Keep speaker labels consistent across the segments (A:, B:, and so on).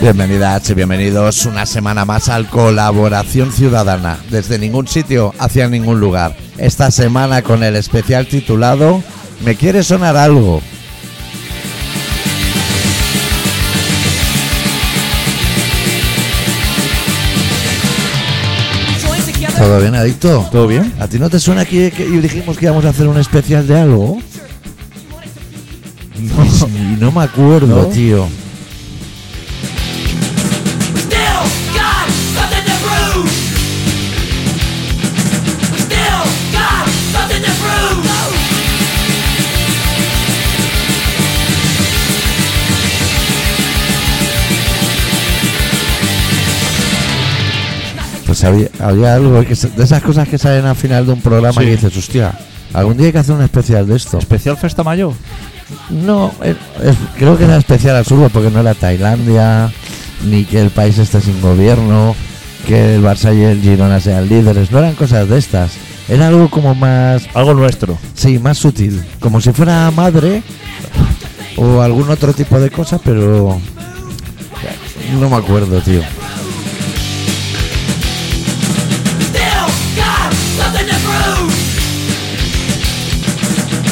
A: Bienvenidas y bienvenidos una semana más al Colaboración Ciudadana, desde ningún sitio hacia ningún lugar. Esta semana con el especial titulado Me quiere sonar algo. ¿Todo bien, Adicto?
B: ¿Todo bien?
A: ¿A ti no te suena que, que dijimos que íbamos a hacer un especial de algo? No, no me acuerdo,
B: ¿No?
A: tío.
C: Still got something to prove. We still got something to prove.
A: Pues había, había algo que se- de esas cosas que salen al final de un programa
B: Sí.
A: y dices, hostia, algún día hay que hacer un especial de esto.
B: ¿Especial Festa Mayo?
A: No, eh, es- creo que era especial absurdo porque no era Tailandia, ni que el país esté sin gobierno, que el Barça y el Girona sean líderes, no eran cosas de estas. Era algo como más,
B: Algo nuestro.
A: sí, más sutil, como si fuera madre o algún otro tipo de cosa, pero eh, no me acuerdo, tío.
C: We still got something to prove.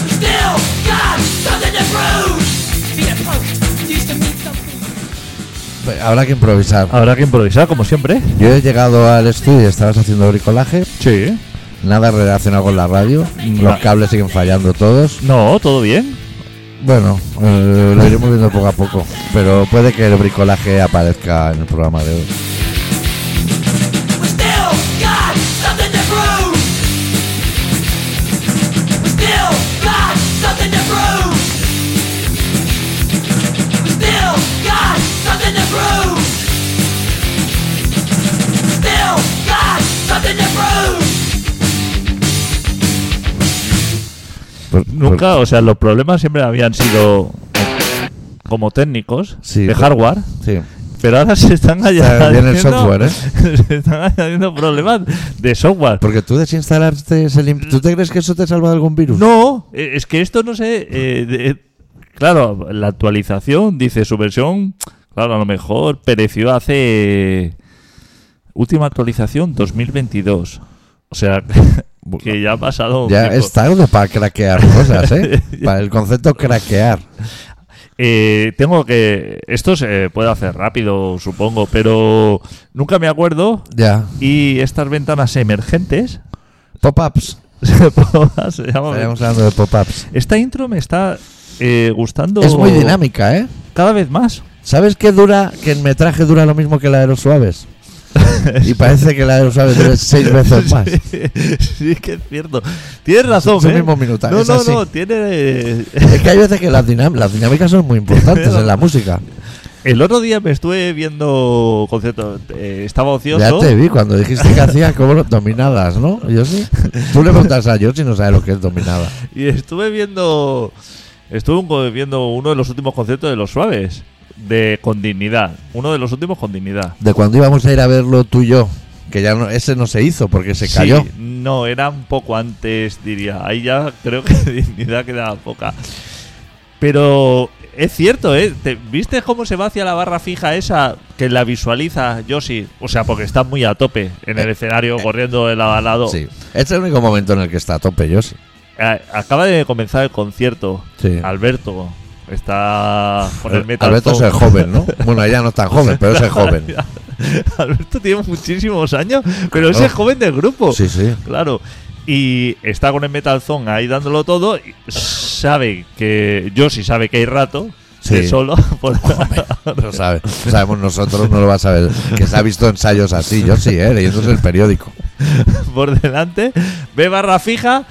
C: We still got something to prove. Being a punk used to mean something.
A: Pe- Habrá que improvisar.
B: Habrá que improvisar, como siempre.
A: Yo he llegado al estudio, estabas haciendo bricolaje,
B: Sí.
A: nada relacionado con la radio, los
B: No.
A: cables siguen fallando todos.
B: No, todo bien.
A: Bueno, eh, lo iremos viendo poco a poco, pero puede que el bricolaje aparezca en el programa de hoy.
C: We still got something to prove. We still got something to prove. We still got something to prove. We still got something to prove.
A: Por-
B: Nunca, o sea, los problemas siempre habían sido como técnicos
A: Sí,
B: de
A: pero-
B: hardware,
A: por- sí.
B: pero ahora se están añadiendo.
A: bien el software, ¿eh?
B: Se están añadiendo problemas de software.
A: Porque tú desinstalaste ese lim- ¿Tú te crees que eso te salva de algún virus?
B: No, eh, es que esto no sé. eh, de- claro, la actualización dice su versión. Claro, a lo mejor pereció hace. Última actualización 2022. O sea, que ya ha pasado.
A: Ya
B: tiempo.
A: es tarde para craquear cosas, ¿eh? para el concepto craquear.
B: Eh, tengo que. Esto se puede hacer rápido, supongo, pero nunca me acuerdo.
A: Ya.
B: Y estas ventanas emergentes.
A: Pop-ups.
B: se llaman-
A: Estaríamos hablando de pop-ups.
B: Esta intro me está eh, gustando.
A: Es muy dinámica, ¿eh?
B: Cada vez más.
A: ¿Sabes qué dura? Que el metraje dura lo mismo que la de los suaves. Y parece que la de los suaves dura seis veces más.
B: Sí, sí, que es cierto. Tienes razón,
A: son
B: ¿eh?
A: mismos minutajes,
B: No,
A: es
B: no,
A: así.
B: no, tiene... eh,
A: Es que hay veces que las, dinam- las dinámicas son muy importantes en la música.
B: El otro día me estuve viendo conceptos... eh, estaba
A: Ya
B: ocioso.
A: te vi cuando dijiste que hacías como lo- dominadas, ¿no? Yo sí. Tú le preguntas a George y no sabe lo que es dominada.
B: Y estuve viendo... Estuve un co- viendo uno de los últimos conceptos de Los Suaves. De Con Dignidad. Uno de los últimos con Dignidad.
A: De cuando íbamos a ir a verlo tú y yo, que ya no, ese no se hizo porque se cayó.
B: Sí, no, era un poco antes, diría. Ahí ya creo que dignidad quedaba poca. Pero es cierto, ¿eh? ¿Te- ¿Viste cómo se va hacia la barra fija esa que la visualiza Yoshi? O sea, porque está muy a tope en el
A: Eh,
B: escenario,
A: eh,
B: corriendo de lado a lado.
A: Sí. Este es el único momento en el que está a tope, yo sí.
B: A- Acaba de comenzar el concierto.
A: Sí. eh,
B: Alberto está con el metal.
A: Alberto es
B: pop.
A: el joven, ¿no? Bueno, ella no es tan joven, pero es el joven.
B: Alberto tiene muchísimos años, pero es
A: Claro.
B: el joven del grupo.
A: Sí, sí.
B: Claro. Y está con el Metal Zone ahí dándolo todo. y sabe que. Yo sí sabe que hay rato.
A: Sí.
B: que solo. por-
A: Lo sabe. Sabemos nosotros, no lo va a saber. Que se ha visto ensayos así, yo sí, ¿eh? Leyéndose el periódico.
B: por delante. Ve barra fija.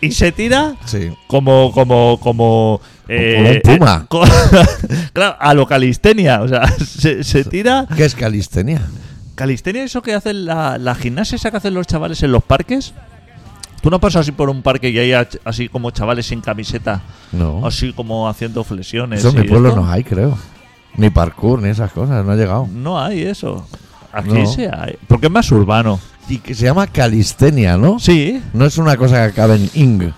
B: Y se tira.
A: Sí.
B: Como, como, como.
A: Como un puma.
B: eh, co- claro, a lo calistenia. O sea, se, se tira.
A: ¿Qué es calistenia?
B: Calistenia, eso que hacen la, la gimnasia, esa que hacen los chavales en los parques. ¿Tú no pasas así por un parque y hay a- así como chavales sin camiseta?
A: No.
B: Así como haciendo flexiones.
A: Eso en
B: y
A: mi pueblo
B: esto?
A: no hay, creo. Ni parkour, ni esas cosas, no ha llegado.
B: No hay eso. Aquí
A: No.
B: sí hay. Porque es más urbano.
A: Y que se llama calistenia, ¿no?
B: Sí.
A: No es una cosa que acabe en ing.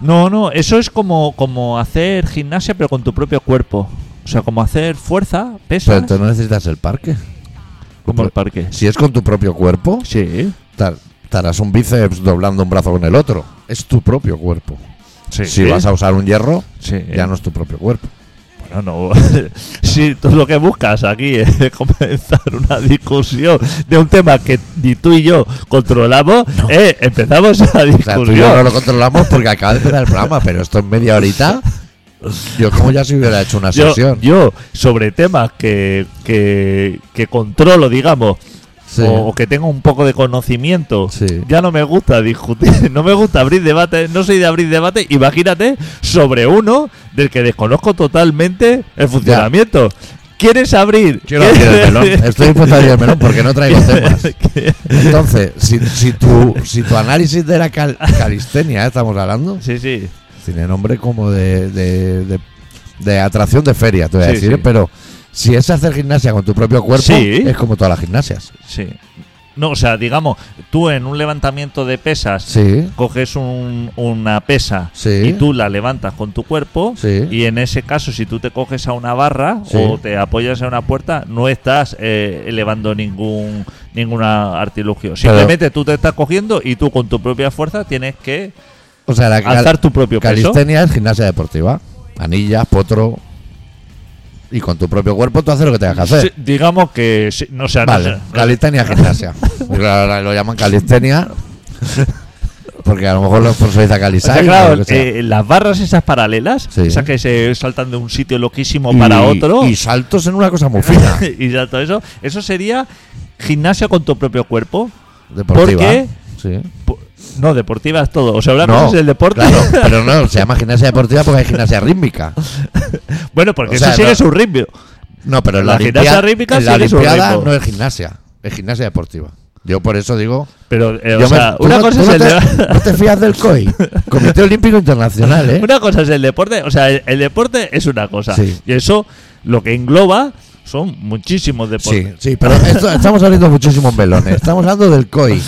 B: No, no. Eso es como, como hacer gimnasia pero con tu propio cuerpo. O sea, como hacer fuerza, pesas,
A: Pero tú no necesitas el parque.
B: como el parque.
A: Si es con tu propio cuerpo,
B: Sí,
A: tar- estarás un bíceps doblando un brazo con el otro. Es tu propio cuerpo.
B: sí.
A: Si vas a usar un hierro,
B: Sí.
A: ya no es tu propio cuerpo.
B: Bueno, no. si tú lo que buscas aquí es comenzar una discusión de un tema que ni tú y yo controlamos, eh, empezamos
A: O
B: la
A: sea, tú y yo no
B: discusión.
A: lo controlamos porque acaba de empezar el programa, pero esto en media horita. Yo, como ya si hubiera hecho una
B: Yo,
A: sesión.
B: yo, sobre temas que, que, que controlo, digamos,
A: Sí.
B: o, o que tengo un poco de conocimiento,
A: Sí.
B: ya no me gusta discutir, no me gusta abrir debate, no soy de abrir debate, imagínate, sobre uno del que desconozco totalmente el funcionamiento. ¿Quieres abrir?
A: Quiero abrir el melón. Estoy dispuesto a abrir el melón porque no traigo temas.
B: ¿Qué?
A: Entonces, si, si, tu, si tu análisis de la cal- calistenia, ¿eh? estamos hablando,
B: Sí, sí.
A: tiene nombre como de, de, de- de atracción de feria, te voy a
B: Sí,
A: decir,
B: sí.
A: ¿eh? pero si es hacer gimnasia con tu propio cuerpo,
B: Sí.
A: es como todas las gimnasias.
B: Sí. No, o sea, digamos, tú en un levantamiento de pesas
A: Sí,
B: coges un- una pesa
A: Sí.
B: y tú la levantas con tu cuerpo
A: Sí.
B: y en ese caso si tú te coges a una barra
A: Sí.
B: o te apoyas a una puerta no estás eh, elevando ningún ninguna artilugio. Simplemente tú te estás cogiendo y tú con tu propia fuerza tienes que
A: o sea, la cal-
B: alzar tu propio peso.
A: calistenia es gimnasia deportiva, anillas, potro, y con tu propio cuerpo tú haces lo que tengas que hacer.
B: Sí, digamos que sí, no o sea, no
A: Vale,
B: sé.
A: calistenia gimnasia. Porque ahora lo llaman calistenia. Porque a lo mejor lo sponsoriza
B: O sea,
A: Calisai.
B: claro,
A: o lo que sea.
B: eh, las barras esas paralelas,
A: Sí.
B: esas que se saltan de un sitio loquísimo
A: Y-
B: para otro,
A: Y saltos en una cosa muy fina.
B: y ya todo eso, eso sería gimnasia con tu propio cuerpo.
A: Deportiva.
B: Porque-
A: Sí.
B: Pu- No, deportiva es todo. O sea, una
A: No,
B: cosa es el deporte.
A: Claro, pero no, se llama gimnasia deportiva porque hay gimnasia rítmica.
B: bueno, porque
A: O sea,
B: eso sigue
A: no-
B: su ritmo.
A: No, pero en
B: La
A: la,
B: gimnasia
A: Olimpiada-
B: rítmica
A: en la
B: sigue su
A: Olimpiada
B: ritmo.
A: no es gimnasia, es gimnasia deportiva. Yo por eso digo.
B: Pero, eh,
A: yo me-
B: o sea,
A: tú
B: una
A: no-
B: cosa
A: tú
B: es
A: no
B: el
A: te, no te fías del COI, Comité Olímpico Internacional, ¿eh?
B: Una cosa es el deporte, o sea, el, el deporte es una cosa.
A: Sí.
B: Y eso lo que engloba son muchísimos
A: Sí,
B: deportes.
A: sí, pero esto- estamos abriendo muchísimos melones. Estamos hablando del COI.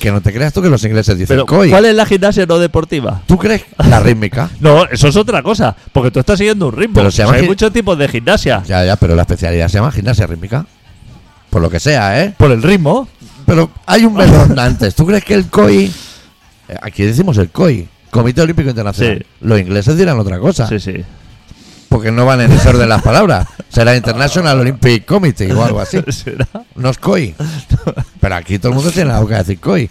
A: Que no te creas tú que los ingleses dicen
B: Pero,
A: COI.
B: ¿cuál es la gimnasia no deportiva?
A: ¿Tú crees? La rítmica.
B: No, eso es otra cosa, porque tú estás siguiendo un ritmo.
A: Pero se
B: O sea,
A: llama
B: hay
A: gi-
B: muchos tipos de gimnasia.
A: Ya, ya, pero la especialidad se llama gimnasia rítmica. Por lo que sea, ¿eh?
B: Por el ritmo,
A: Pero hay un melón antes. ¿Tú crees que el COI. eh, Aquí decimos el COI, Comité Olímpico Internacional.
B: Sí.
A: Los ingleses dirán otra cosa.
B: sí, sí.
A: Porque no van en ese orden las palabras. Será International Olympic Committee o algo así.
B: ¿Será?
A: No es COI. Pero aquí todo el mundo tiene la boca de decir COI.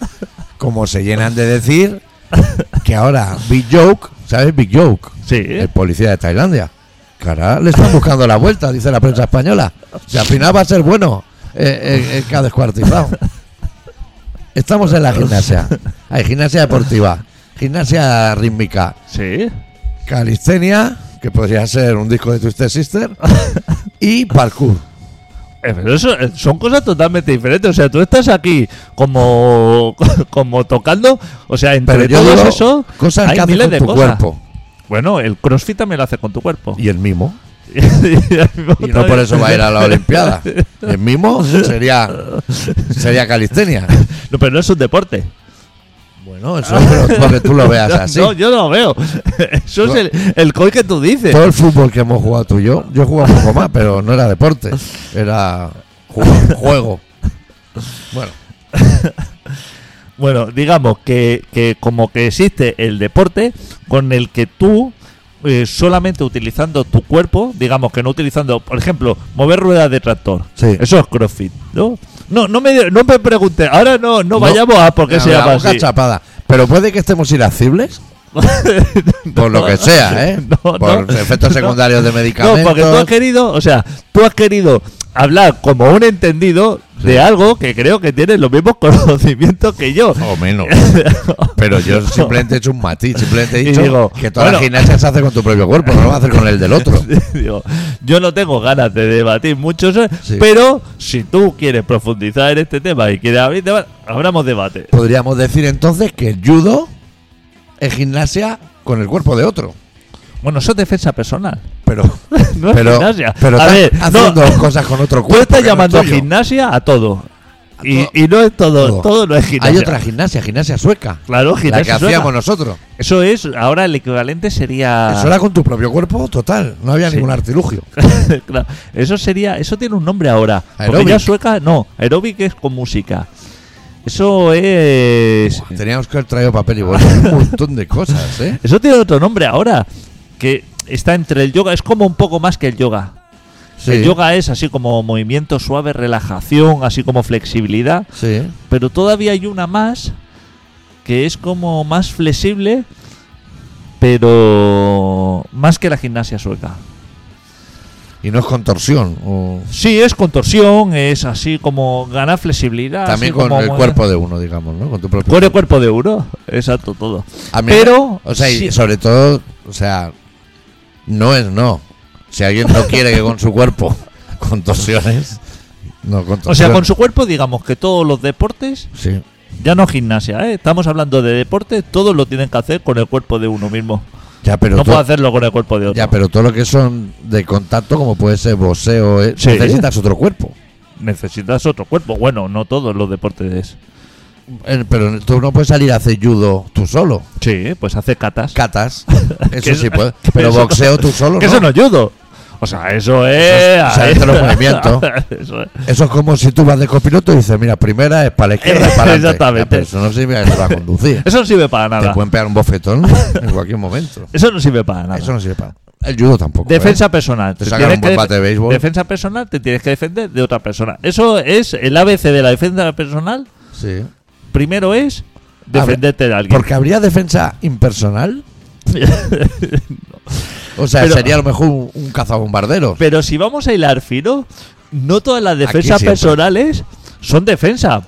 A: Como se llenan de decir que ahora Big Joke, ¿sabes? Big Joke,
B: Sí.
A: el policía de Tailandia. Cara, le están buscando la vuelta, dice la prensa española. Si al final va a ser bueno eh, eh, eh, que ha descuartizado. Estamos en la gimnasia. Hay gimnasia deportiva, gimnasia rítmica,
B: Sí.
A: calistenia, que podría ser un disco de Twisted Sister, y parkour.
B: Eh, Pero eso eh, son cosas totalmente diferentes. O sea, tú estás aquí como, como tocando. O sea,
A: Pero
B: entre
A: yo
B: todo
A: digo
B: eso,
A: cosas
B: hay
A: que haces
B: miles
A: con
B: de
A: tu
B: cosas.
A: cuerpo
B: Bueno, el crossfit también lo haces con tu cuerpo.
A: y el mimo.
B: Y
A: Y no por eso va a ir a la Olimpiada. El mismo sería, sería calistenia.
B: No, pero no es un deporte.
A: Bueno, eso es pero porque tú lo veas así.
B: No, yo no lo veo. Eso es el, el coi que tú dices.
A: Todo el fútbol que hemos jugado tú y yo, yo jugaba un poco más, pero no era deporte. Era ju- juego. Bueno,
B: Bueno, digamos que, que como que existe el deporte con el que tú eh, solamente utilizando tu cuerpo, digamos que no utilizando, por ejemplo, mover ruedas de tractor.
A: Sí.
B: Eso es CrossFit, ¿no? No, no me, no me preguntes. Ahora no, no,
A: No.
B: vayamos a por qué
A: la-
B: se
A: la
B: llama
A: boca
B: así.
A: chapada. Pero puede que estemos irascibles, por lo que sea, ¿eh?
B: No, no.
A: por efectos secundarios de
B: No,
A: medicamentos.
B: porque tú has querido, o sea, tú has querido hablar como un entendido de algo que creo que tienes los mismos conocimientos que yo.
A: O menos. Pero yo simplemente he hecho un matiz, simplemente he
B: Y
A: dicho
B: digo,
A: que toda la
B: bueno.
A: gimnasia se hace con tu propio cuerpo, no lo vas a hacer con el del otro.
B: Digo, yo no tengo ganas de debatir mucho, eso,
A: Sí.
B: pero si tú quieres profundizar en este tema y quieres abrir debate, abramos debate.
A: Podríamos decir entonces que el judo es gimnasia con el cuerpo de otro.
B: Bueno, eso es defensa personal.
A: Pero,
B: No es
A: pero,
B: gimnasia.
A: pero estás
B: a ver, no,
A: haciendo cosas con otro
B: tú
A: cuerpo.
B: estás
A: que no es
B: llamando
A: tuyo.
B: gimnasia a todo. Y, y no es todo,
A: Todo.
B: todo no es gimnasia.
A: Hay otra gimnasia, gimnasia sueca.
B: Claro,
A: la
B: gimnasia
A: que
B: sueca.
A: hacíamos nosotros.
B: Eso es, ahora el equivalente sería.
A: Eso era con tu propio cuerpo, total. No había
B: Ah. Sí.
A: ningún artilugio.
B: Claro, eso sería, eso tiene un nombre ahora. Porque
A: Aeróbic.
B: ya sueca, no, aeróbic es con música. Eso es.
A: Buah, Teníamos que haber traído papel y bolsa. Un montón de cosas, ¿eh?
B: Eso tiene otro nombre ahora. Que está entre el yoga, es como un poco más que el yoga. El yoga es así como movimiento suave, relajación, así como flexibilidad.
A: Sí.
B: Pero todavía hay una más que es como más flexible, pero más que la gimnasia sueca.
A: Y no es contorsión. o-
B: Sí, es contorsión, es así como ganar flexibilidad.
A: También
B: así
A: con
B: Ah, como
A: el
B: mover-
A: cuerpo de uno, digamos, ¿no? Con tu propio
B: Con el cuerpo de uno, exacto, todo.
A: A mí-
B: Pero,
A: O sea, y
B: sí.
A: sobre todo, o sea, no es no. Si alguien no quiere que con su cuerpo contorsiones, no
B: O sea, con
A: contorsiones.
B: su cuerpo digamos que todos los deportes,
A: Sí.
B: ya no gimnasia, ¿eh? estamos hablando de deporte, todos lo tienen que hacer con el cuerpo de uno mismo.
A: Ya, pero
B: no
A: tú-
B: puedo hacerlo con el cuerpo de otro.
A: Ya, pero todo lo que son de contacto, como puede ser boxeo, eh,
B: Sí.
A: necesitas otro cuerpo.
B: Necesitas otro cuerpo. Bueno, no todos los deportes.
A: Eh, Pero tú no puedes salir a hacer judo tú solo.
B: Sí, pues hace catas.
A: Catas,
B: Que
A: eso
B: eso-
A: sí puedes.
B: que
A: Pero
B: eso no-
A: boxeo tú solo,
B: que
A: ¿no?
B: eso no es judo. O sea, eso es.
A: es saber hacer los movimientos.
B: Eso es.
A: Eso es como si tú vas de copiloto y dices, mira, primera es para la izquierda, es para adelante.
B: Exactamente.
A: Ya, pero eso no sirve para conducir.
B: Eso no sirve para
A: Te
B: nada.
A: pueden pegar un bofetón en cualquier momento.
B: Eso no sirve para nada.
A: Eso no sirve para. El judo tampoco. ¿eh?
B: Defensa personal.
A: Te sacan un buen
B: def-
A: bate de béisbol.
B: Defensa personal, te tienes que defender de otra persona. Eso es el ABC de la defensa personal.
A: Sí.
B: Primero es defenderte de alguien.
A: Porque habría defensa impersonal. O sea,
B: Pero-
A: sería a lo mejor un, un cazabombardero.
B: Pero si vamos a hilar fino, no todas las defensas
A: siempre.
B: personales son defensa.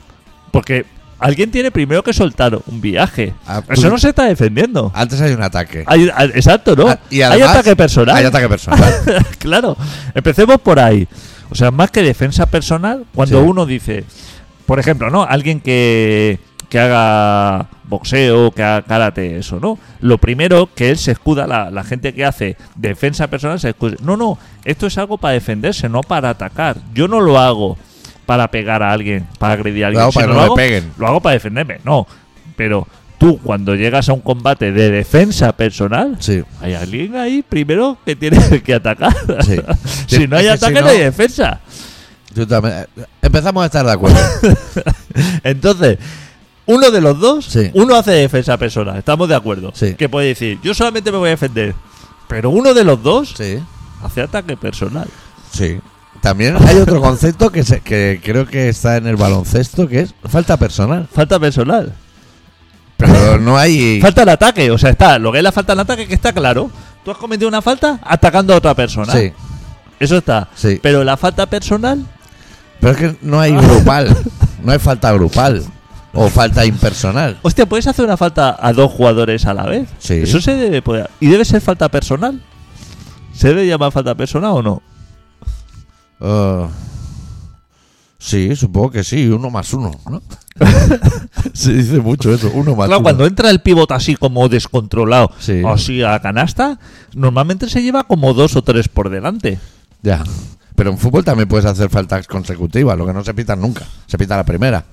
B: Porque alguien tiene primero que soltar un viaje.
A: Ah,
B: Eso
A: tú-
B: no se está defendiendo.
A: Antes hay un ataque.
B: Hay- a- exacto, Ah, ¿no?
A: Ah, y
B: hay
A: además-
B: ataque personal.
A: Hay ataque personal.
B: claro, empecemos por ahí. O sea, más que defensa personal, cuando
A: Sí.
B: uno dice, por ejemplo, ¿no? Alguien que, que haga boxeo, que haga karate, eso, ¿no? Lo primero que él se escuda, la, la gente que hace defensa personal se escuda. No, no, esto es algo para defenderse, no para atacar. Yo no lo hago para pegar a alguien, para agredir a alguien.
A: hago
B: Si
A: para
B: no
A: que no me
B: hago,
A: peguen.
B: Lo hago para defenderme, no. Pero tú, cuando llegas a un combate de defensa personal,
A: Sí.
B: hay alguien ahí primero que tiene que atacar.
A: Sí.
B: si no hay
A: Es que
B: ataque,
A: si
B: no...
A: no-
B: hay defensa.
A: Tú también- eh, Empezamos a estar de acuerdo.
B: Entonces, uno de los dos,
A: Sí.
B: uno hace defensa personal, estamos de acuerdo.
A: Sí.
B: Que puede decir, yo solamente me voy a defender. Pero uno de los dos
A: Sí.
B: hace ataque personal.
A: Sí. También hay otro concepto que, se- que creo que está en el baloncesto, que es falta personal.
B: Falta personal.
A: Pero no hay.
B: Falta el ataque. O sea, está lo que es la falta al ataque, que está claro. Tú has cometido una falta atacando a otra persona.
A: Sí.
B: Eso está.
A: Sí.
B: Pero la falta personal,
A: Pero es que no hay grupal. No hay falta grupal. O falta impersonal.
B: hostia, puedes hacer una falta a dos jugadores a la vez.
A: Sí.
B: Eso se debe poder. ¿Y debe ser falta personal? ¿Se debe llamar falta personal o no?
A: Eh, sí, supongo que sí. Uno más uno, ¿no? Se dice mucho eso. Uno más
B: Claro,
A: uno.
B: cuando entra el pivot así como descontrolado,
A: Sí.
B: así a canasta, normalmente se lleva como dos o tres por delante.
A: Ya. Pero en fútbol también puedes hacer faltas consecutivas, lo que no se pitan nunca. Se pita la primera.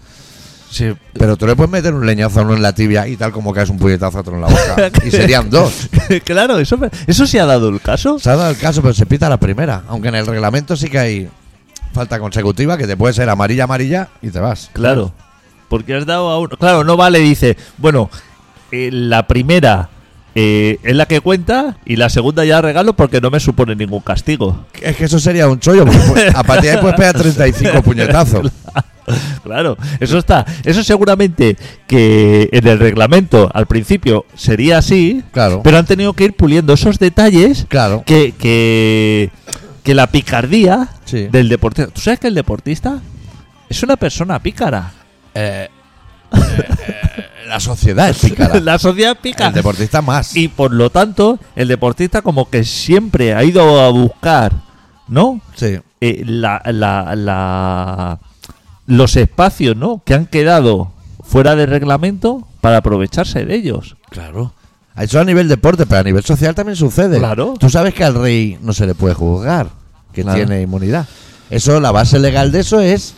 B: Sí.
A: Pero tú le puedes meter un leñazo a uno en la tibia y tal como caes un puñetazo a otro en la boca. y serían dos.
B: claro, eso, me- eso se ha dado el caso.
A: Se ha dado el caso, pero se pita la primera. Aunque en el reglamento sí que hay falta consecutiva que te puede ser amarilla, amarilla y te vas.
B: Claro, porque has dado a uno. Claro, no vale, dice, bueno, eh, la primera eh, es la que cuenta y la segunda ya regalo porque no me supone ningún castigo.
A: Es que eso sería un chollo, porque pu- a partir de ahí puedes pegar 35 puñetazos.
B: Claro, eso está. Eso seguramente que en el reglamento al principio sería así,
A: Claro.
B: pero han tenido que ir puliendo esos detalles
A: Claro.
B: que, que, que la picardía
A: Sí.
B: del deportista. ¿Tú sabes que el deportista es una persona pícara?
A: Eh, eh, eh, la sociedad es pícara.
B: la sociedad pica.
A: El deportista más.
B: Y por lo tanto, el deportista como que siempre ha ido a buscar, ¿no?
A: Sí.
B: eh, la, la- la- los espacios ¿no? que han quedado fuera de reglamento para aprovecharse de ellos.
A: Claro. Eso a nivel deporte, pero a nivel social también sucede.
B: Claro.
A: Tú sabes que al rey no se le puede juzgar, que
B: Claro.
A: tiene inmunidad. Eso, la base legal de eso es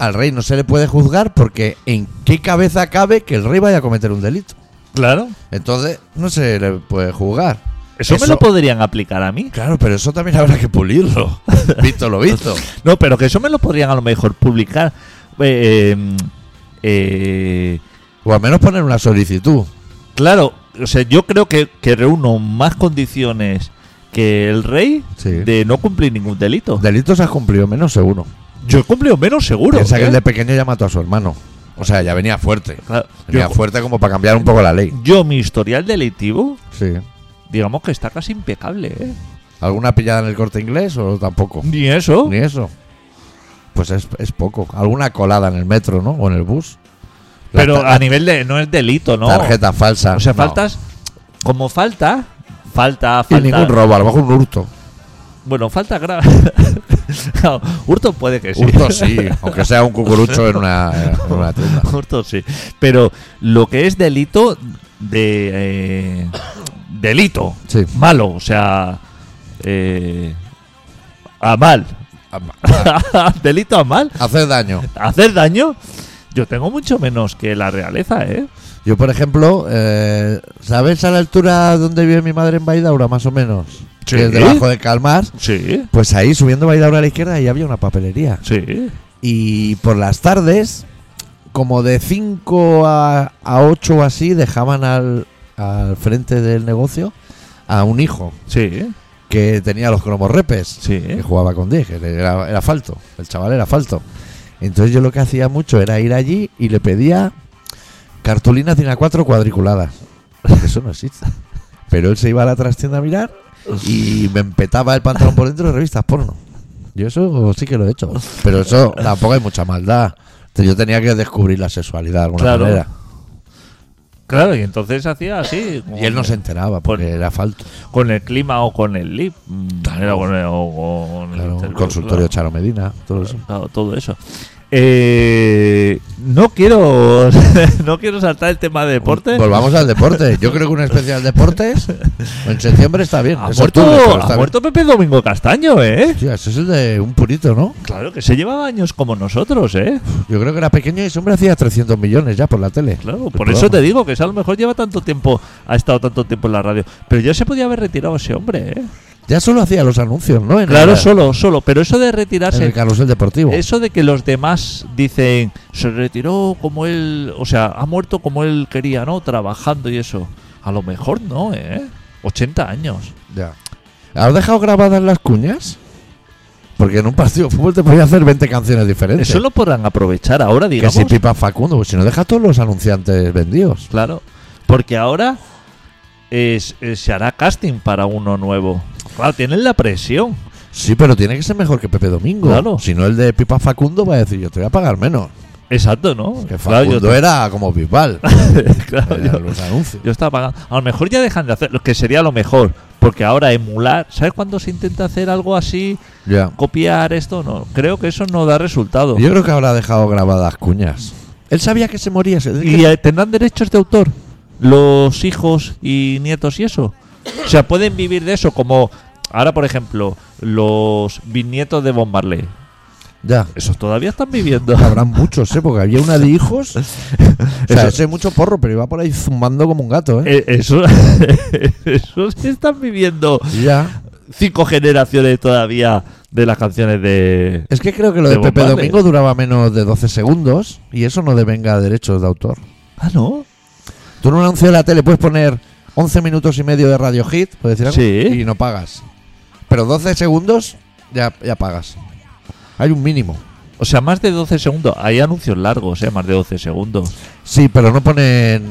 A: al rey no se le puede juzgar porque en qué cabeza cabe que el rey vaya a cometer un delito.
B: Claro.
A: Entonces no se le puede juzgar.
B: Eso, me
A: Eso-
B: lo podrían aplicar a mí.
A: Claro, pero eso también habrá que pulirlo. Visto lo visto.
B: No, pero que eso me lo podrían a lo mejor publicar. Eh, eh, eh,
A: O al menos poner una solicitud.
B: claro, o sea, yo creo que, que reúno más condiciones que el rey
A: Sí.
B: de no cumplir ningún delito.
A: Delitos has cumplido menos seguro.
B: yo he cumplido menos seguro.
A: Piensa que
B: ¿eh?
A: el de pequeño ya mató a su hermano. O sea, ya venía fuerte.
B: Claro,
A: Venía
B: yo- Mm.
A: fuerte como para cambiar un poco la ley.
B: yo, mi historial delictivo,
A: Sí.
B: digamos que está casi impecable. ¿eh?
A: ¿Alguna pillada en el corte inglés o tampoco?
B: Ni eso.
A: Ni eso. Pues es, es poco. Alguna colada en el metro, ¿no? O en el bus. La
B: Pero
A: ta-
B: a nivel de. No es delito, ¿no?
A: Tarjeta falsa.
B: O sea,
A: no.
B: faltas. Como falta. Falta,
A: Y
B: falta.
A: ningún robo, a lo mejor un hurto.
B: Bueno, falta grave. No, hurto puede que sí.
A: Hurto sí, aunque sea un cucurucho en una, en una tienda.
B: Hurto sí. Pero lo que es delito de. eh, delito.
A: Sí.
B: Malo, o sea. eh, a mal. delito a mal.
A: Hacer daño.
B: Hacer daño. Yo tengo mucho menos que la realeza, ¿eh?
A: Yo, por ejemplo, eh, ¿sabes a la altura donde vive mi madre en Baidaura, más o menos?
B: Sí.
A: Que es debajo de Calmar.
B: Sí,
A: Pues ahí, subiendo Baidaura a la izquierda, ahí había una papelería.
B: sí.
A: Y por las tardes, como de 5 a, 8 o así, dejaban al, al frente del negocio a un hijo
B: Sí,
A: que tenía los cromos repes,
B: sí.
A: que jugaba con 10, que era, era falto, el chaval era falto. Entonces yo lo que hacía mucho era ir allí y le pedía cartulinas de a 4 cuadriculadas. Porque Eso no existe. Pero él se iba a la trastienda a mirar y me empetaba el pantalón por dentro de revistas porno. Yo eso sí que lo he hecho. Pero eso tampoco hay mucha maldad. Yo tenía que descubrir la sexualidad de alguna
B: Claro.
A: manera.
B: Claro, y entonces hacía así. como
A: Y él no se enteraba porque
B: Por-
A: era falto.
B: Con el clima o con el lip. mm, era con el, o con el
A: Claro,
B: interior,
A: consultorio
B: claro.
A: Charo Medina, todo eso.
B: Claro, todo eso. Eh, no quiero no quiero saltar el tema de deporte.
A: Volvamos al deporte. Yo creo que un especial deportes en septiembre está bien.
B: Ha
A: Es
B: muerto,
A: octubre, pero está
B: ha
A: bien.
B: muerto Pepe Domingo Castaño, ¿eh?
A: Hostia, ese es el de un purito, ¿no?
B: Claro, que se llevaba años como nosotros, ¿eh?
A: Yo creo que era pequeño y ese hombre hacía 300 millones ya por la tele.
B: Claro,
A: El
B: por
A: programa.
B: eso te digo que ese a lo mejor lleva tanto tiempo, ha estado tanto tiempo en la radio. Pero ya se podía haber retirado ese hombre, ¿eh?
A: Ya solo hacía los anuncios, ¿no? En
B: Claro,
A: el-
B: solo, solo. Pero eso de
A: En el
B: retirarse,
A: carrusel deportivo.
B: eso de que los demás dicen, se retiró como él, o sea, ha muerto como él quería, ¿no? Trabajando y eso. A lo mejor no, ¿eh? 80 años.
A: Ya. ¿Has dejado grabadas las cuñas? Porque en un partido de fútbol te podía hacer 20 canciones diferentes.
B: Eso lo podrán aprovechar ahora,
A: que
B: digamos.
A: si pipa Facundo, pues si no deja todos los anunciantes vendidos.
B: Claro. Porque ahora es- eh, se hará casting para uno nuevo. Claro, tienen la presión.
A: Sí, pero tiene que ser mejor que Pepe Domingo.
B: Claro.
A: Si no, el de Pipa Facundo va a decir, yo te voy a pagar menos.
B: Exacto, ¿no?
A: Que
B: Claro, yo
A: Facundo era como Bisbal.
B: claro,
A: Era
B: yo-
A: los anuncios.
B: Yo estaba pagando. A lo mejor ya dejan de hacer, lo que sería lo mejor. Porque ahora emular. ¿Sabes cuando se intenta hacer algo así?
A: Ya.
B: Copiar esto, no. Creo que eso no da resultado.
A: Yo creo que habrá dejado grabadas cuñas. Él sabía que se moría. se-
B: ¿Y eh, tendrán derechos de autor? Los hijos y nietos y eso. O sea, pueden vivir de eso. Como ahora, por ejemplo, los bisnietos de Bob Marley.
A: Ya.
B: Esos todavía están viviendo.
A: Habrán muchos, ¿eh? Porque había una de hijos. O sea,
B: Eso-
A: ese mucho porro, pero iba por ahí zumbando como un gato, ¿eh?
B: Eh, eso- esos están viviendo
A: Ya.
B: cinco generaciones todavía de las canciones de.
A: Es que creo que lo de,
B: De
A: Pepe
B: bombarde.
A: Domingo duraba menos de 12 segundos y eso no devenga derechos de autor.
B: Ah, no.
A: Tú en un anuncio de la tele puedes poner 11 minutos y medio de radio hit, puedes decir algo,
B: Sí.
A: y no pagas. Pero 12 segundos ya, ya pagas. Hay un mínimo.
B: O sea, más de 12 segundos. Hay anuncios largos, ¿eh? Más de 12 segundos.
A: Sí, pero no ponen...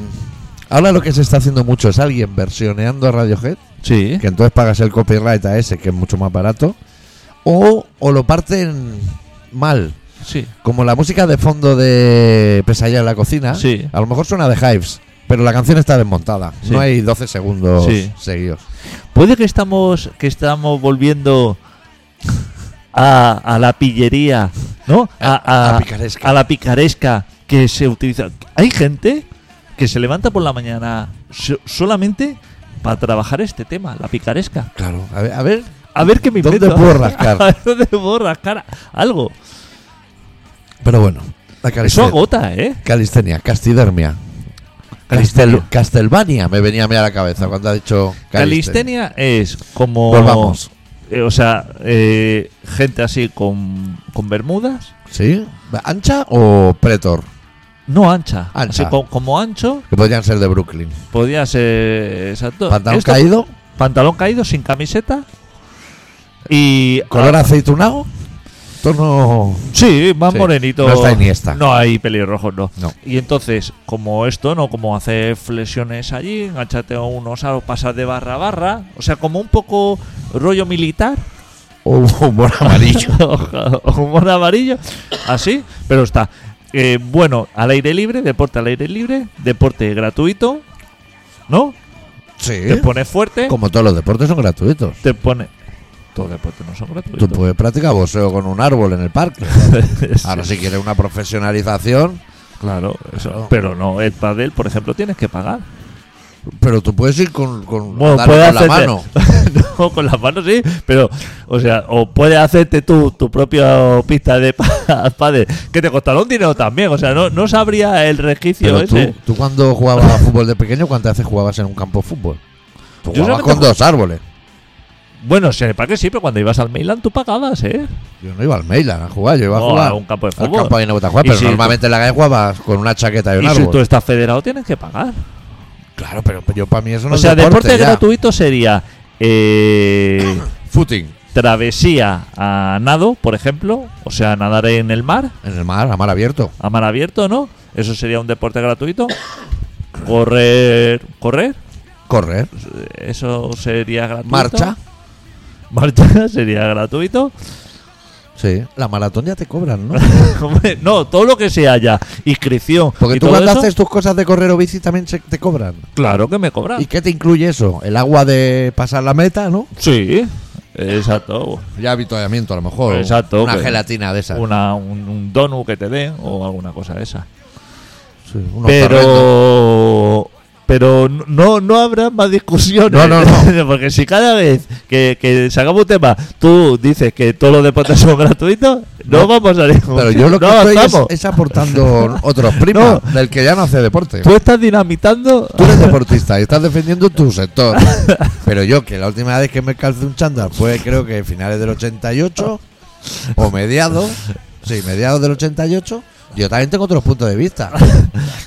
A: Ahora lo que se está haciendo mucho es alguien versioneando a Radiohead,
B: Sí.
A: que entonces pagas el copyright a ese, que es mucho más barato, o, o lo parten mal.
B: Sí.
A: Como la música de fondo de Pesadilla en la cocina,
B: Sí.
A: a lo mejor suena de Hives, pero la canción está desmontada.
B: Sí.
A: No hay 12 segundos
B: Sí.
A: seguidos.
B: Puede que estamos, que estamos volviendo a, a la pillería, ¿no? A,
A: a picaresca.
B: a la picaresca que se utiliza. Hay gente que se levanta por la mañana so- solamente para trabajar este tema, la picaresca.
A: Claro. A ver, a ver,
B: A ver qué me
A: ¿Dónde
B: invento.
A: puedo rascar?
B: ¿Dónde puedo rascar algo?
A: Pero bueno, la
B: Eso
A: calistenia.
B: agota, ¿eh?
A: Calistenia, castidermia. Castel,
B: Calistenia.
A: Castelvania me venía a mí a la cabeza cuando ha dicho calistenia.
B: Calistenia es como.
A: Pues Volvamos.
B: eh, o sea, eh, gente así con, con bermudas,
A: ¿Sí? ¿Ancha o pretor?
B: no ancha.
A: Ancha.
B: Así co- como ancho,
A: Que podrían ser de Brooklyn.
B: podía ser. Exacto.
A: Pantalón
B: Esto-
A: caído,
B: Pantalón caído, sin camiseta. Y.
A: color
B: ah,
A: aceitunado, tono.
B: Sí, más
A: Sí,
B: morenito.
A: no está Iniesta.
B: No hay pelirrojos, no.
A: No.
B: Y entonces, como esto, ¿no? Como hacer flexiones allí, enganchate a unos aros, pasar de barra a barra. O sea, como un poco rollo militar.
A: O humor amarillo.
B: Humor amarillo. Así, pero está. Eh, bueno, al aire libre, deporte al aire libre, deporte gratuito, ¿no?
A: sí.
B: Te pones fuerte,
A: Como todos los deportes son gratuitos.
B: te pone... Todos los deportes no son gratuitos.
A: Tú puedes practicar boxeo con un árbol en el parque.
B: Sí,
A: Ahora, si quieres una profesionalización,
B: Ah, Claro, eso.
A: Claro.
B: Pero no, el pádel, por ejemplo, tienes que pagar.
A: pero tú puedes ir con, con,
B: Bueno,
A: darle
B: puede
A: con la
B: hacerte-
A: mano.
B: no, con las manos sí, pero, o sea, o puedes hacerte tú tu propia pista de pa- pádel, que te costará un dinero también, o sea, no, no sabría el resquicio
A: Pero tú,
B: ese.
A: tú cuando jugabas a fútbol de pequeño, ¿cuántas veces jugabas en un campo de fútbol? Tú
B: Yo
A: jugabas
B: solamente
A: con dos árboles.
B: Bueno, sí, para que sí, pero cuando ibas al Milan tú pagabas, ¿eh?
A: Yo no iba al Meilan a jugar, yo iba a
B: No,
A: jugar
B: a un campo de
A: al
B: fútbol.
A: campo de Nauta a jugar,
B: Y
A: pero
B: si-
A: normalmente en la calle jugabas con una chaqueta y un
B: Y si
A: árbol.
B: tú estás federado tienes que pagar.
A: Claro, pero yo para mí eso no
B: o
A: es
B: sea, deporte,
A: ya.
B: gratuito sería eh,
A: Footing.
B: travesía a nado, por ejemplo, o sea, nadar en el mar.
A: En el mar, a mar abierto.
B: a mar abierto, ¿no? Eso sería un deporte gratuito. Correr, correr,
A: Correr.
B: eso sería gratuito.
A: Marcha.
B: Marcha sería gratuito.
A: Sí. La maratón ya te cobran, ¿no?
B: Hombre, no, todo lo que sea ya. Inscripción.
A: Porque
B: y
A: tú
B: todo
A: cuando
B: eso,
A: haces tus cosas de correr o bici también se- te cobran.
B: Claro que me cobran.
A: ¿Y qué te incluye eso? El agua de pasar la meta, ¿no?
B: Sí, exacto.
A: Ya habituallamiento, a lo mejor.
B: Pues Exacto,
A: Una
B: que-
A: gelatina de esa.
B: Una, un, un donut que te den o alguna cosa de esa.
A: Pero.
B: pero pero no, no habrá más discusiones.
A: No, no, no.
B: Porque si cada vez que, que sacamos un tema tú dices que todos los deportes son gratuitos, no,
A: No.
B: vamos a ningún
A: Pero
B: sitio.
A: yo lo que
B: No
A: estoy es,
B: avanzamos.
A: es aportando otros primos del que ya no hace deporte.
B: Tú estás dinamitando.
A: Tú eres deportista y estás defendiendo tu sector. Pero yo, que la última vez que me calcé un chándal fue creo que finales del 88 o mediados. Sí, mediados del 88. Yo también tengo otros puntos de vista.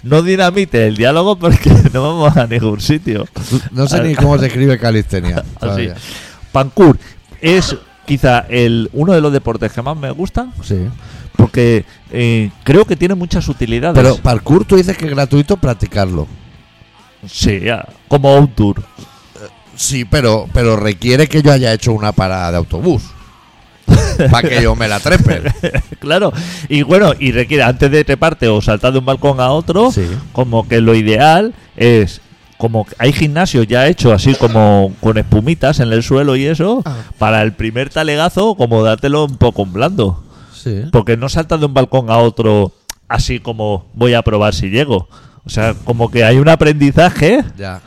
B: No dinamites el diálogo porque no vamos a ningún sitio.
A: No sé ni cómo se escribe calistenia.
B: Así.
A: todavía.
B: Pancur es quizá el uno de los deportes que más me gustan
A: Sí.
B: porque eh, creo que tiene muchas utilidades.
A: Pero parkour tú dices que es gratuito practicarlo.
B: sí, ah, como un tour.
A: Sí, pero, pero requiere que yo haya hecho una parada de autobús. Para que yo me la trepe.
B: Claro, y bueno, y requiere antes de treparte o saltar de un balcón a otro,
A: Sí.
B: como que lo ideal es como que hay gimnasios ya hechos así como con espumitas en el suelo y eso,
A: Ah.
B: para el primer talegazo como dártelo un poco en blando,
A: Sí.
B: porque no saltas de un balcón a otro así como voy a probar si llego. O sea, como que hay un aprendizaje.
A: Ya.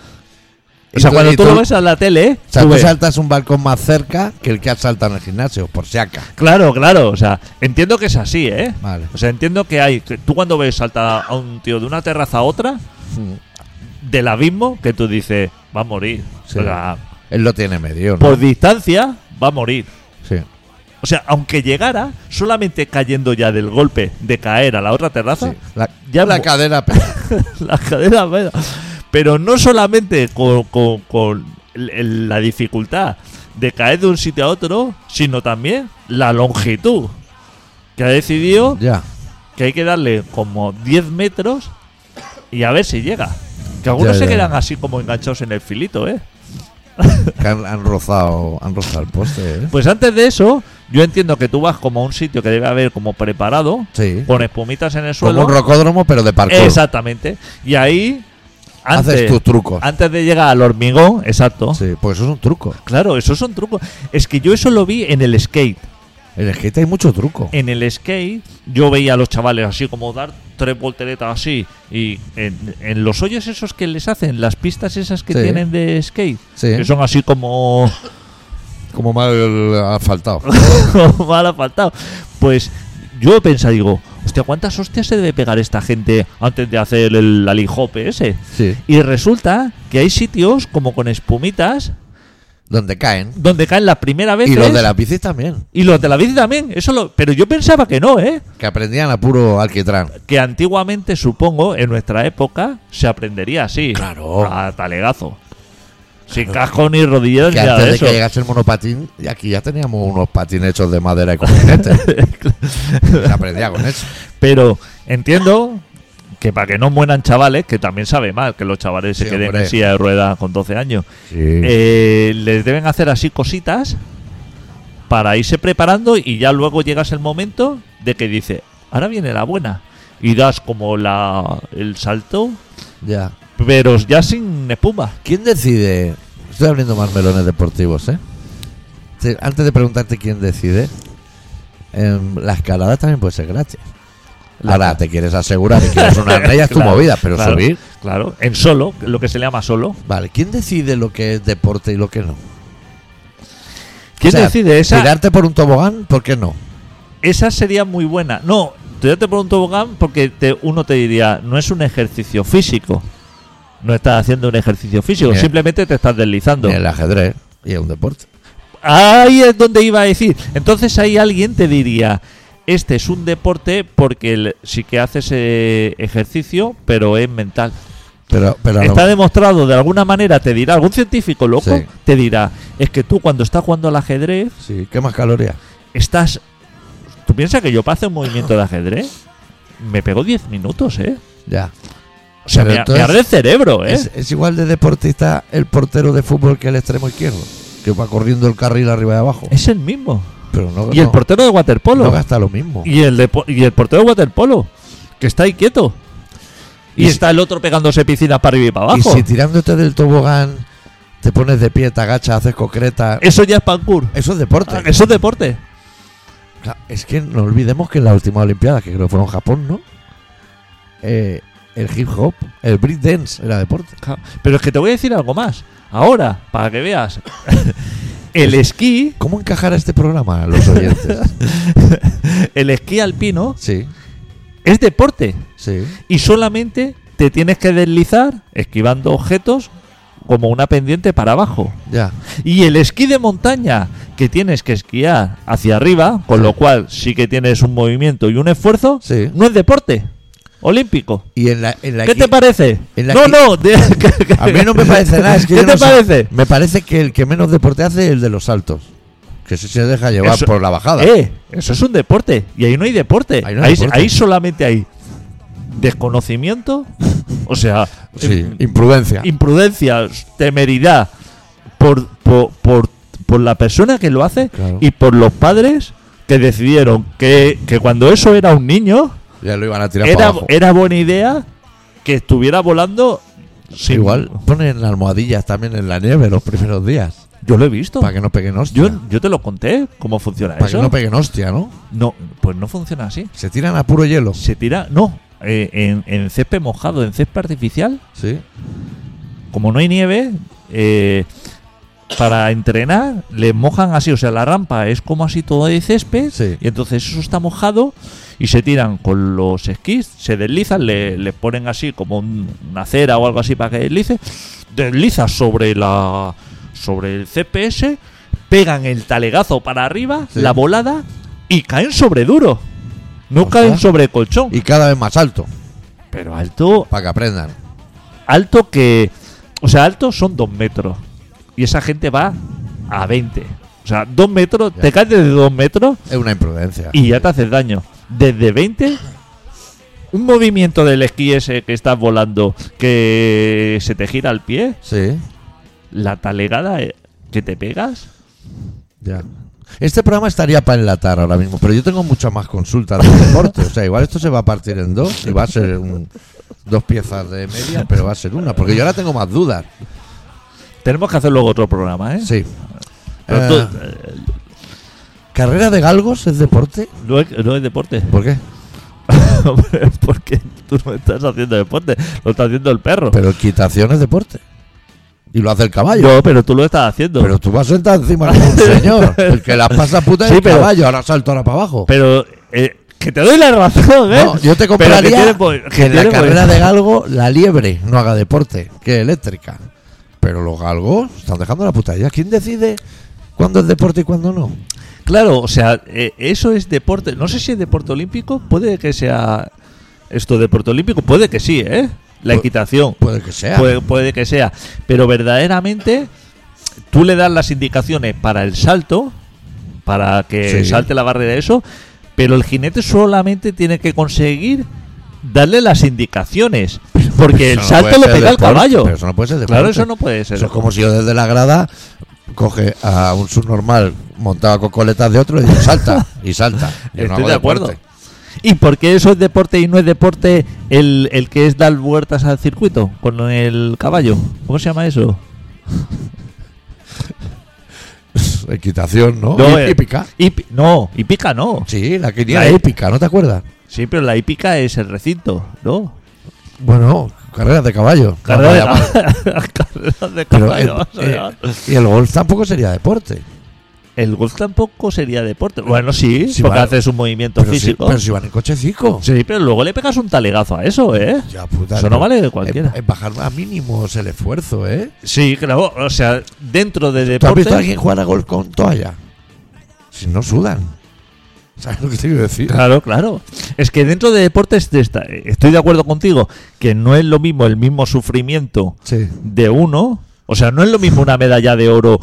B: O sea,
A: Y
B: cuando
A: y
B: tú lo ves a la tele,
A: O sea,
B: tú
A: tú
B: ves-
A: saltas un balcón más cerca que el que has saltado en el gimnasio, por si acá.
B: Claro, claro, o sea, entiendo que es así, ¿eh?
A: Vale.
B: O sea, entiendo que hay, que tú cuando ves saltar a un tío de una terraza a otra, del abismo, que tú dices, va a morir.
A: Sí.
B: O sea,
A: Él lo tiene medio, ¿no?
B: por distancia, va a morir.
A: Sí.
B: O sea, aunque llegara, solamente cayendo ya del golpe de caer a la otra terraza,
A: sí. La,
B: Ah. Ya
A: la
B: mo-
A: cadera. pe-
B: la cadena bueno. Pero no solamente con, con- con el- el- la dificultad de caer de un sitio a otro, sino también la longitud. Que ha decidido
A: ya.
B: que hay que darle como 10 metros y a ver si llega. Que algunos
A: Ya,
B: se
A: ya.
B: quedan así como enganchados en el filito, ¿eh?
A: Que han, han rozado, han rozado el poste, ¿eh?
B: Pues antes de eso, yo entiendo que tú vas como a un sitio que debe haber como preparado,
A: Sí.
B: con espumitas en el
A: Como
B: suelo.
A: un rocódromo, pero de parkour.
B: Exactamente. Y ahí, antes,
A: Haces tus trucos.
B: antes de llegar al hormigón, exacto.
A: Sí, pues eso es un truco.
B: Claro, esos son trucos. Es que yo eso lo vi en el skate.
A: En el skate hay mucho truco.
B: en el skate yo veía a los chavales así como dar tres volteretas así y en, en los hoyos esos que les hacen, las pistas esas que
A: Sí.
B: tienen de skate,
A: Sí.
B: que son así como
A: Como mal asfaltado.
B: mal apartado, pues yo pensaba, digo, "Hostia, hostia, ¿cuántas hostias se debe pegar esta gente antes de hacer el alijope ese?
A: Sí.
B: Y resulta que hay sitios como con espumitas
A: Donde caen.
B: donde caen la primera vez.
A: Y los de la bici también.
B: Y los de la bici también, eso lo, pero yo pensaba que no, ¿eh?
A: Que aprendían a puro alquitrán.
B: Que antiguamente, supongo, en nuestra época, se aprendería así.
A: Claro.
B: A talegazo. Sin casco ni rodilleras
A: Que
B: ni nada
A: antes
B: de
A: de
B: eso.
A: que llegase el monopatín, y aquí ya teníamos unos patines hechos de madera y con jinetes. Se aprendía con eso.
B: Pero entiendo que para que no mueran chavales, que también sabe mal que los chavales se
A: Sí,
B: queden
A: hombre.
B: en silla de ruedas con 12 años,
A: Sí.
B: eh, les deben hacer así cositas para irse preparando y ya luego llegas el momento de que dice, ahora viene la buena. Y das como la, el salto,
A: ya.
B: pero ya sin espuma.
A: ¿Quién decide? Estoy abriendo más melones deportivos, ¿eh? Te- Antes de preguntarte quién decide, em, la escalada también puede ser gratis. Ahora te quieres asegurar que quieres una estrella es tu
B: Claro,
A: movida, pero
B: claro,
A: subir.
B: Claro, en solo, lo que se le llama solo.
A: Vale, ¿quién decide lo que es deporte y lo que no?
B: ¿Quién
A: O sea,
B: decide esa?
A: ¿Tirarte por un tobogán? ¿Por qué no?
B: Esa sería muy buena. No, yo te pregunto, Bogán, porque te- uno te diría, no es un ejercicio físico. No estás haciendo un ejercicio físico,
A: Bien.
B: simplemente te estás deslizando.
A: Ni el ajedrez y es un deporte.
B: Ahí es donde iba a decir. Entonces ahí alguien te diría, este es un deporte porque el- sí que haces eh, ejercicio, pero es mental.
A: Pero, pero a lo-
B: Está demostrado de alguna manera, te dirá, algún científico loco
A: Sí.
B: te dirá, es que tú cuando estás jugando al ajedrez,
A: sí, ¿qué más calorías?
B: estás. ¿Tú piensas que yo para hacer un movimiento de ajedrez? Me pegó 10 minutos, ¿eh?
A: Ya.
B: O sea,
A: Pero
B: me, me
A: entonces,
B: arde el cerebro, ¿eh?
A: Es, es igual de deportista el portero de fútbol que el extremo izquierdo, que va corriendo el carril arriba y abajo.
B: Es el mismo.
A: Pero no,
B: Y el
A: no-
B: portero de waterpolo.
A: no gasta lo mismo.
B: y, el de po- y el portero de waterpolo. Que está ahí quieto. Y,
A: Y si-
B: está el otro pegándose piscinas para arriba y para
A: Y
B: abajo.
A: si tirándote del tobogán te pones de pie, te agachas, haces concreta.
B: Eso ya es parkour.
A: Eso es deporte.
B: Ah, Eso es deporte.
A: Claro, Es que no olvidemos que en las últimas Olimpiadas, que creo que fueron en Japón, ¿no? Eh, el hip hop, el break dance era deporte.
B: Pero es que te voy a decir algo más. Ahora, para que veas. el esquí,
A: ¿Cómo encajar a este programa a los oyentes?
B: el esquí alpino,
A: sí,
B: es deporte.
A: sí.
B: y solamente te tienes que deslizar esquivando objetos como una pendiente para abajo.
A: Ya,
B: Y el esquí de montaña, que tienes que esquiar hacia arriba, con lo cual sí que tienes un movimiento y un esfuerzo,
A: sí.
B: no es deporte olímpico.
A: Y en la, en la
B: ¿Qué
A: equi-
B: te parece?
A: en la
B: No,
A: equi-
B: no. de-
A: A mí no me parece nada. Es que
B: ¿Qué
A: yo
B: te
A: no sé.
B: parece?
A: Me parece que el que menos deporte hace es el de los saltos. Que se, se deja llevar
B: Eso-
A: por la bajada.
B: Eh, eso es un deporte. Y ahí no hay deporte.
A: Ahí no hay
B: ahí,
A: deporte.
B: ahí solamente hay desconocimiento. O sea,
A: Sí,
B: eh,
A: imprudencia.
B: imprudencia, temeridad por, por, por- por la persona que lo hace
A: Claro.
B: y por los padres que decidieron que, que cuando eso era un niño,
A: Ya lo iban a tirar para
B: era, eh,
A: abajo.
B: era buena idea que estuviera volando sin-
A: Igual ponen almohadillas también en la nieve los primeros días.
B: Yo lo he visto.
A: Para que no peguen hostia.
B: Yo, yo te lo conté cómo funciona
A: para que
B: eso.
A: no peguen hostia, ¿no?
B: no, pues no funciona así.
A: Se tiran a puro hielo.
B: Se tira, no, eh, en, en césped mojado, en césped artificial,
A: Sí.
B: como no hay nieve, eh, para entrenar les mojan así, o sea, la rampa es como así todo de césped,
A: Sí.
B: y entonces eso está mojado y se tiran con los esquís, se deslizan, le, le ponen así como un- una cera o algo así para que deslice, deslizas sobre la sobre el CPS, pegan el talegazo para arriba,
A: Sí.
B: la volada y caen sobre duro. No
A: Ostras.
B: caen sobre colchón,
A: Y cada vez más alto.
B: pero alto
A: Para que aprendan.
B: alto que. O sea, alto son dos metros. Y esa gente va a 20. O sea, dos metros,
A: Ya.
B: te caes desde dos metros
A: Es una imprudencia.
B: y ya te haces daño. Desde 20, un movimiento del esquí ese que estás volando que se te gira el pie,
A: Sí.
B: la talegada eh, que te pegas.
A: Ya. Este programa estaría para enlatar ahora mismo, pero yo tengo muchas más consultas de deporte. O sea, igual esto se va a partir en dos y va a ser un- dos piezas de media, pero va a ser una. Porque yo ahora tengo más dudas.
B: Tenemos que hacer luego otro programa, ¿eh?
A: Sí.
B: Pero
A: Eh,
B: tú- eh,
A: ¿Carrera de galgos es deporte?
B: no, es, no es deporte.
A: ¿Por qué?
B: Hombre, Porque tú no estás haciendo deporte, lo está haciendo el perro.
A: Pero equitación es deporte. Y lo hace el caballo.
B: no, pero tú lo estás haciendo.
A: Pero tú vas sentado encima de un señor. El que las pasa puta es
B: Sí,
A: el
B: pero-
A: caballo. Ahora salto ahora para abajo.
B: Pero eh, que te doy la razón, ¿eh?
A: No, yo te
B: Pero que
A: compraría
B: tiene po-
A: que en la
B: tiene
A: carrera
B: po-
A: de galgo la liebre no haga deporte, que eléctrica. Pero los galgos están dejando la puta idea. ¿Quién decide cuándo es deporte y cuándo no?
B: Claro, o sea, eh, eso es deporte. No sé si es deporte olímpico, puede que sea esto deporte olímpico, puede que sí, ¿eh? La
A: Pu-
B: equitación.
A: Puede que sea.
B: Puede, puede que sea. Pero verdaderamente, tú le das las indicaciones para el salto, para que
A: Sí.
B: salte la barrera, eso, pero el jinete solamente tiene que conseguir darle las indicaciones.
A: Eso
B: Porque el
A: no
B: salto
A: puede
B: lo
A: ser
B: pega el
A: deporte,
B: caballo.
A: Pero eso no puede ser deporte.
B: Claro, eso no puede ser.
A: Eso es como si yo desde la grada coge a un subnormal montado a cocoletas de otro y digo, salta, y salta. Yo no
B: Estoy
A: hago
B: de acuerdo.
A: deporte.
B: ¿Y por qué eso es deporte y no es deporte el, el que es dar vueltas al circuito con el caballo? ¿Cómo se llama eso?
A: Equitación, ¿no?
B: No,
A: Y-
B: eh,
A: hípica.
B: Hip- no, hípica no.
A: Sí, la quiniela
B: La-
A: hípica, ¿no te acuerdas?
B: Sí, pero la hípica es el recinto, ¿no?
A: Bueno, carreras de caballo.
B: Carrera de,
A: Vamos a llamar.
B: carrera de
A: Pero
B: caballo,
A: el-
B: vamos a
A: eh,
B: llamar.
A: y el golf tampoco sería deporte.
B: El golf tampoco sería deporte. Bueno, sí,
A: Sí,
B: porque
A: vale.
B: haces un movimiento
A: Pero si,
B: físico.
A: pero si van en cochecico.
B: sí, pero luego le pegas un talegazo a eso, ¿eh?
A: Ya, puta,
B: Eso no
A: pero-
B: vale de cualquiera.
A: Es, es bajar a mínimos el esfuerzo, ¿eh?
B: Sí, claro. O sea, dentro de
A: ¿Tú has
B: deporte.
A: visto a alguien jugar a golf con toalla? Si no sudan. ¿Sabes lo que te quiero decir?
B: Claro, claro. Es que dentro de deportes te está- estoy de acuerdo contigo que no es lo mismo el mismo sufrimiento
A: Sí.
B: de uno. O sea, no es lo mismo una medalla de oro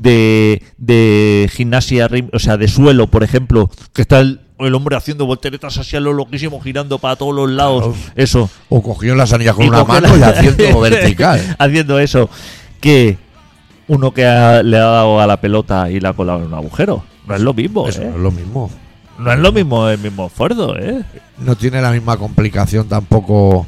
B: de, de gimnasia, rim- o sea, de suelo, por ejemplo, que está el, el hombre haciendo volteretas hacia lo loquísimo, girando para todos los lados.
A: Claro.
B: Eso.
A: O cogió las anillas con
B: Y
A: una
B: coge
A: mano y
B: la-
A: haciendo vertical.
B: haciendo eso. Que uno que ha- le ha dado a la pelota y la ha colado en un agujero. No es lo mismo,
A: Eso
B: ¿eh?
A: no es lo mismo.
B: No es lo mismo el mismo esfuerzo, ¿eh?
A: No tiene la misma complicación tampoco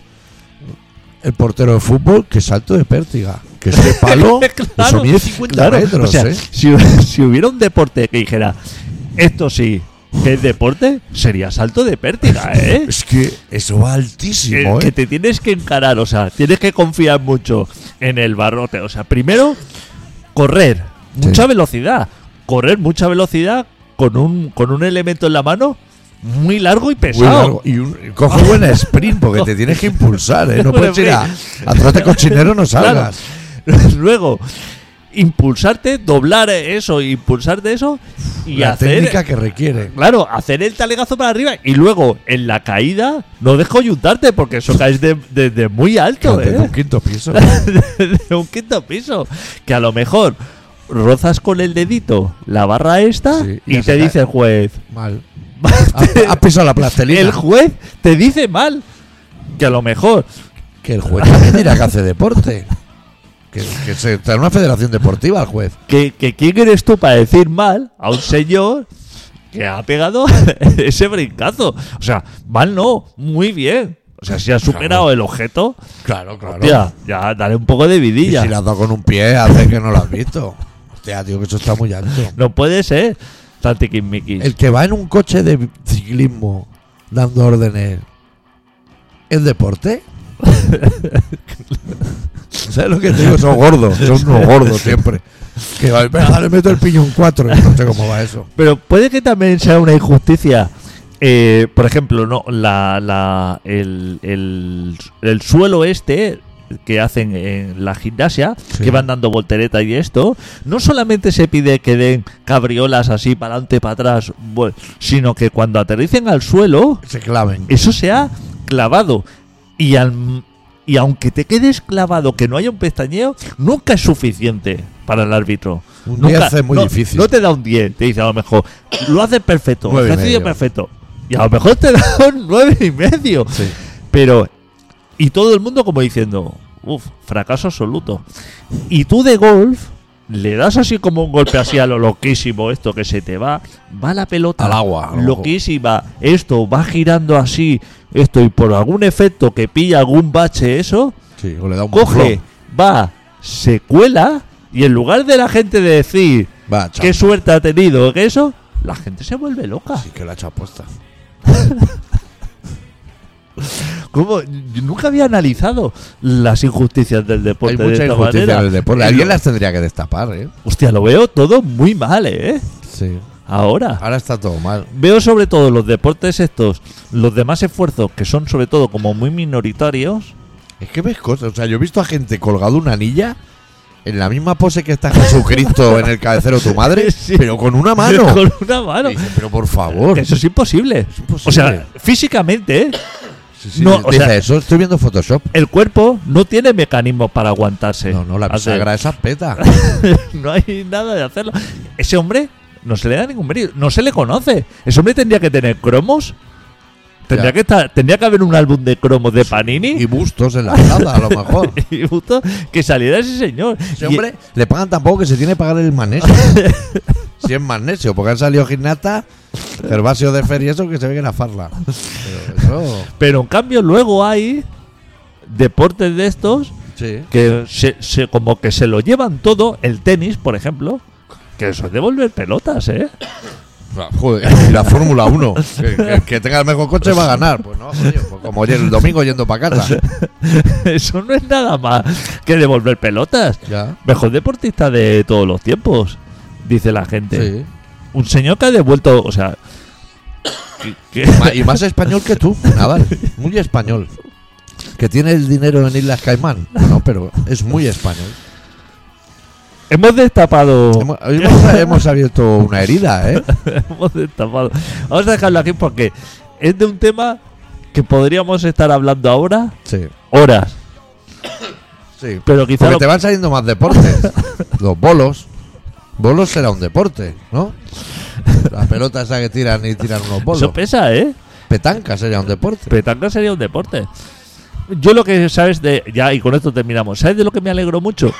A: el portero de fútbol que salto de pértiga. Que ese palo, eso mide 50
B: claro.
A: metros,
B: O sea,
A: ¿eh?
B: si, si hubiera un deporte que dijera, esto sí, que es deporte, sería salto de pértiga, ¿eh?
A: Es que eso va altísimo,
B: Que, que
A: ¿eh?
B: te tienes que encarar, o sea, tienes que confiar mucho en el barrote. O sea, primero, correr, mucha
A: Sí.
B: velocidad. Correr mucha velocidad con un, con un elemento en la mano muy largo
A: Muy
B: y pesado.
A: largo. Y un, y coge buen sprint porque te tienes que impulsar, ¿eh? No puedes ir a, a trote cochinero, no salgas.
B: Luego, impulsarte, doblar eso, impulsarte eso y
A: la
B: hacer.
A: técnica que requiere.
B: Claro, hacer el talegazo para arriba y luego en la caída no descoyuntarte porque eso caes desde de, de muy alto,
A: Desde
B: ¿eh?
A: un quinto piso.
B: de un quinto piso. Que a lo mejor rozas con el dedito la barra esta
A: Sí, y
B: y
A: ya
B: te
A: se
B: dice
A: cae.
B: el juez.
A: Mal. Has has pisado la plastelina.
B: El juez te dice mal. Que a lo mejor.
A: Que el juez también dirá que hace deporte. Que, que se está en una federación deportiva el juez.
B: Que, que quién eres tú para decir mal a un señor que ha pegado ese brincazo. O sea, mal no, muy bien. O sea, si has superado
A: Claro.
B: el objeto,
A: Claro, claro.
B: hostia, ya dale un poco de
A: y
B: vidilla.
A: si la has dado con un pie, hace que no lo has visto. Hostia, tío, que eso está muy alto.
B: No puede ser tan tiquismiquis.
A: El que va en un coche de ciclismo dando órdenes. ¿Es deporte? ¿Sabes lo que te digo? Son gordos, son unos gordos siempre. Que va, venga, le meto el piñón 4. No sé cómo va eso.
B: Pero puede que también sea una injusticia. eh, por ejemplo, no, la, la- el, el- el suelo este que hacen en la gimnasia,
A: Sí.
B: que van dando voltereta y esto, no solamente se pide que den cabriolas así para adelante, para atrás, vuel- sino que cuando aterricen al suelo,
A: Se claven.
B: eso sea clavado. Y, al- y aunque te quedes clavado, que no haya un pestañeo, nunca es suficiente para el árbitro.
A: Un
B: Nunca,
A: 10 es muy
B: no,
A: difícil.
B: No te da un 10, te dice a lo mejor, lo haces perfecto,
A: Nueve y
B: ejercicio
A: medio.
B: perfecto. Y a lo mejor te da un 9 y medio.
A: Sí.
B: Pero, y todo el mundo como diciendo, uff, fracaso absoluto. Y tú de golf, le das así como un golpe así a lo loquísimo, esto que se te va, va la pelota.
A: Al agua, a lo
B: Loquísima, esto va girando así, esto, y por algún efecto que pilla algún bache, eso,
A: Sí, o le da un
B: coge,
A: buflón.
B: va, se cuela, y en lugar de la gente de decir,
A: Va,
B: qué suerte ha tenido, que eso, la gente se vuelve loca.
A: Sí, que la ha hecho aposta.
B: ¿Cómo? Yo nunca había analizado las injusticias del deporte
A: Hay
B: de
A: mucha
B: esta
A: injusticia
B: manera.
A: en el deporte.
B: Y
A: Alguien
B: lo-
A: las tendría que destapar, ¿eh?
B: Hostia, lo veo todo muy mal, ¿eh?
A: Sí.
B: Ahora.
A: Ahora está todo mal.
B: Veo sobre todo los deportes estos, los demás esfuerzos que son sobre todo como muy minoritarios.
A: Es que ves cosas. O sea, yo he visto a gente colgado una anilla en la misma pose que está Jesucristo en el cabecero de tu madre,
B: Sí.
A: pero con una mano.
B: Con una mano.
A: Y dices, pero por favor.
B: Eso es imposible.
A: imposible.
B: O sea, físicamente, ¿eh?
A: Sí, sí,
B: no, o
A: dice
B: sea-
A: eso, estoy viendo Photoshop.
B: el cuerpo no tiene mecanismos para aguantarse.
A: No, no, la
B: Hace-
A: pisagra esa peta.
B: no hay nada de hacerlo. Ese hombre no se le da ningún mérito, no se le conoce. Ese hombre tendría que tener cromos. Tendría
A: Ya.
B: que estar, tendría que haber un álbum de cromos de Panini
A: Y bustos en la plaza, a lo mejor.
B: y justo que saliera ese señor.
A: Ese
B: Y-
A: hombre le pagan tampoco que se tiene que pagar el magnesio. si es magnesio, porque han salido gimnastas, Gervasio de Fer y eso que se ve que era farla. Pero eso.
B: pero en cambio luego hay deportes de estos
A: Sí.
B: que se, se- como que se lo llevan todo, el tenis, por ejemplo, que eso es devolver pelotas, ¿eh?
A: Ah, Joder, y la Fórmula 1. Que, que- que tenga el mejor coche va a ganar. Pues no, coño, pues como oye, el domingo yendo para casa.
B: Eso no es nada más que devolver pelotas.
A: Ya.
B: Mejor deportista de todos los tiempos, dice la gente.
A: Sí.
B: Un señor que ha devuelto, o sea, que- que-
A: Ma- Y más español que tú, Nadal. Muy español. Que tiene el dinero en Islas Caimán. No, pero es muy español.
B: hemos destapado,
A: Hemos, hoy hemos- hemos abierto una herida, ¿eh?
B: hemos destapado. Vamos a dejarlo aquí porque es de un tema que podríamos estar hablando ahora
A: Sí.
B: horas,
A: Sí.
B: pero quizá
A: Porque
B: lo-
A: te van saliendo más deportes. Los bolos. Bolos será un deporte, ¿no? Las pelotas esas que tiran y tiran unos bolos.
B: eso pesa, ¿eh?
A: Petanca sería un deporte.
B: Petanca sería un deporte. Yo lo que sabes de. Ya, y con esto terminamos. ¿Sabes de lo que me alegro mucho?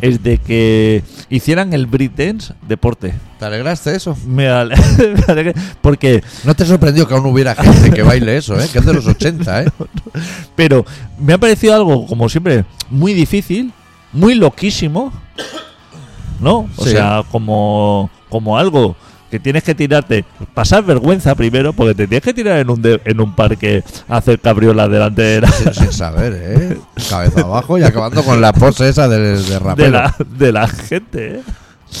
B: Es de que hicieran el Britens deporte.
A: ¿Te alegraste de eso?
B: Me ale- me alegra- Porque.
A: No te sorprendió que aún hubiera gente que baile eso, ¿eh? Que es de los 80, ¿eh?
B: Pero me ha parecido algo, como siempre, muy difícil, muy loquísimo. ¿No? O
A: Sí.
B: sea, como, como algo que tienes que tirarte. Pasar vergüenza primero, porque te tienes que tirar en un, de- en un parque a hacer cabriolas delante de la,
A: Sin, sin saber, ¿eh? Cabeza abajo y acabando con la pose esa de, de rapero.
B: de la, de la gente, ¿eh?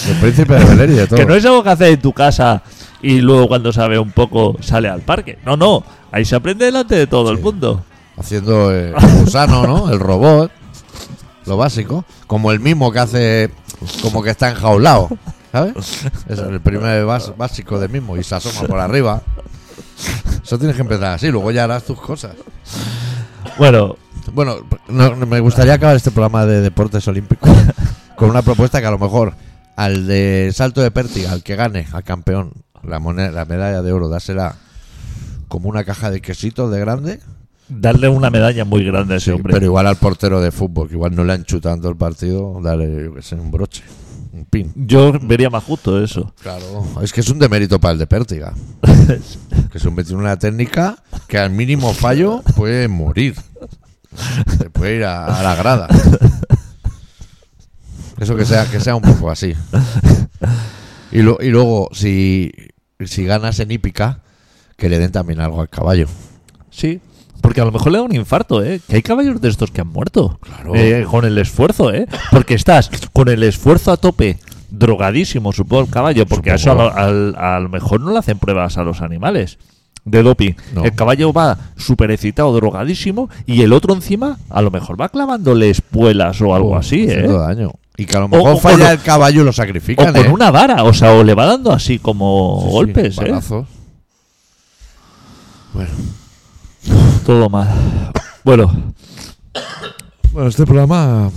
A: Del príncipe de Belén y de todo.
B: Que no es algo que haces en tu casa y luego cuando sabe un poco sale al parque. No, no. Ahí se aprende delante de todo
A: Sí.
B: el mundo.
A: Haciendo eh, gusano, ¿no? El robot. Lo básico. Como el mismo que hace. Como que está enjaulado. ¿Sabes? Es el primer bas- básico del mismo. Y se asoma por arriba. Eso tienes que empezar así. Luego ya harás tus cosas.
B: Bueno,
A: Bueno, no- no, me gustaría acabar este programa de deportes olímpicos con una propuesta que a lo mejor al de salto de pértiga, al que gane, al campeón, la, moneda, la medalla de oro, dásela como una caja de quesitos de grande.
B: darle una medalla muy grande a
A: Sí,
B: ese hombre.
A: pero igual al portero de fútbol, que igual no le han chutado el partido, dale, yo qué sé, un broche, un pin.
B: Yo vería más justo eso.
A: Claro, es que es un demérito para el de pértiga. que se metió en una técnica que al mínimo fallo puede morir. Se puede ir a, a la grada. Eso que sea, que sea un poco así. Y, lo- y luego, si, si ganas en hípica, que le den también algo al caballo.
B: Sí. Porque a lo mejor le da un infarto, ¿eh? Que hay caballos de estos que han muerto.
A: Claro.
B: Eh, con el esfuerzo, ¿eh? Porque estás con el esfuerzo a tope, drogadísimo, supongo, el caballo. Porque a eso a lo, al- a lo mejor no le hacen pruebas a los animales de doping.
A: No.
B: El caballo va súper excitado, drogadísimo, y el otro encima a lo mejor va clavándole espuelas o
A: Oh,
B: algo así, ¿eh?
A: Haciendo daño. Y que a lo mejor
B: o
A: falla
B: con-
A: el caballo y lo
B: O
A: sacrifican.
B: con
A: ¿eh?
B: una vara, o sea, o le va dando así como
A: Sí, sí,
B: golpes, ¿eh?
A: balazos. Bueno.
B: Todo mal. Bueno,
A: Bueno, este programa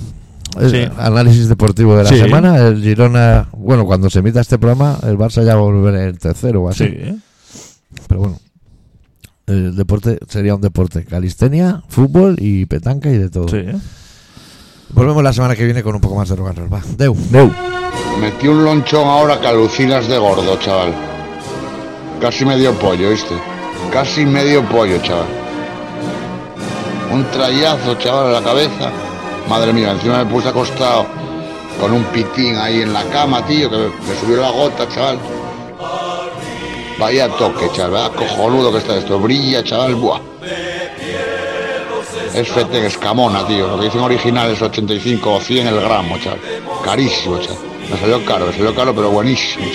A: es
B: Sí.
A: análisis deportivo de la
B: Sí.
A: semana. El Girona, bueno, cuando se emita este programa, el Barça ya volverá el tercero o así.
B: sí. ¿eh?
A: Pero bueno, el deporte sería un deporte: calistenia, fútbol y petanca y de todo.
B: sí. ¿eh?
A: Volvemos la semana que viene con un poco más de rock and roll. Va, Deu.
B: Deu.
D: Metí un lonchón ahora que alucinas de gordo, chaval. Casi medio pollo, ¿viste? Casi medio pollo, chaval. Un trayazo, chaval, a la cabeza. Madre mía, encima me puse acostado con un pitín ahí en la cama, tío, que me, me subió la gota, chaval. Vaya toque, chaval, vaya cojonudo que está esto. Brilla, chaval, buah. Es fetén, escamona, tío. Lo que dicen original es 85 o 100 el gramo, chaval. Carísimo, chaval. Me salió caro, me salió caro, pero buenísimo.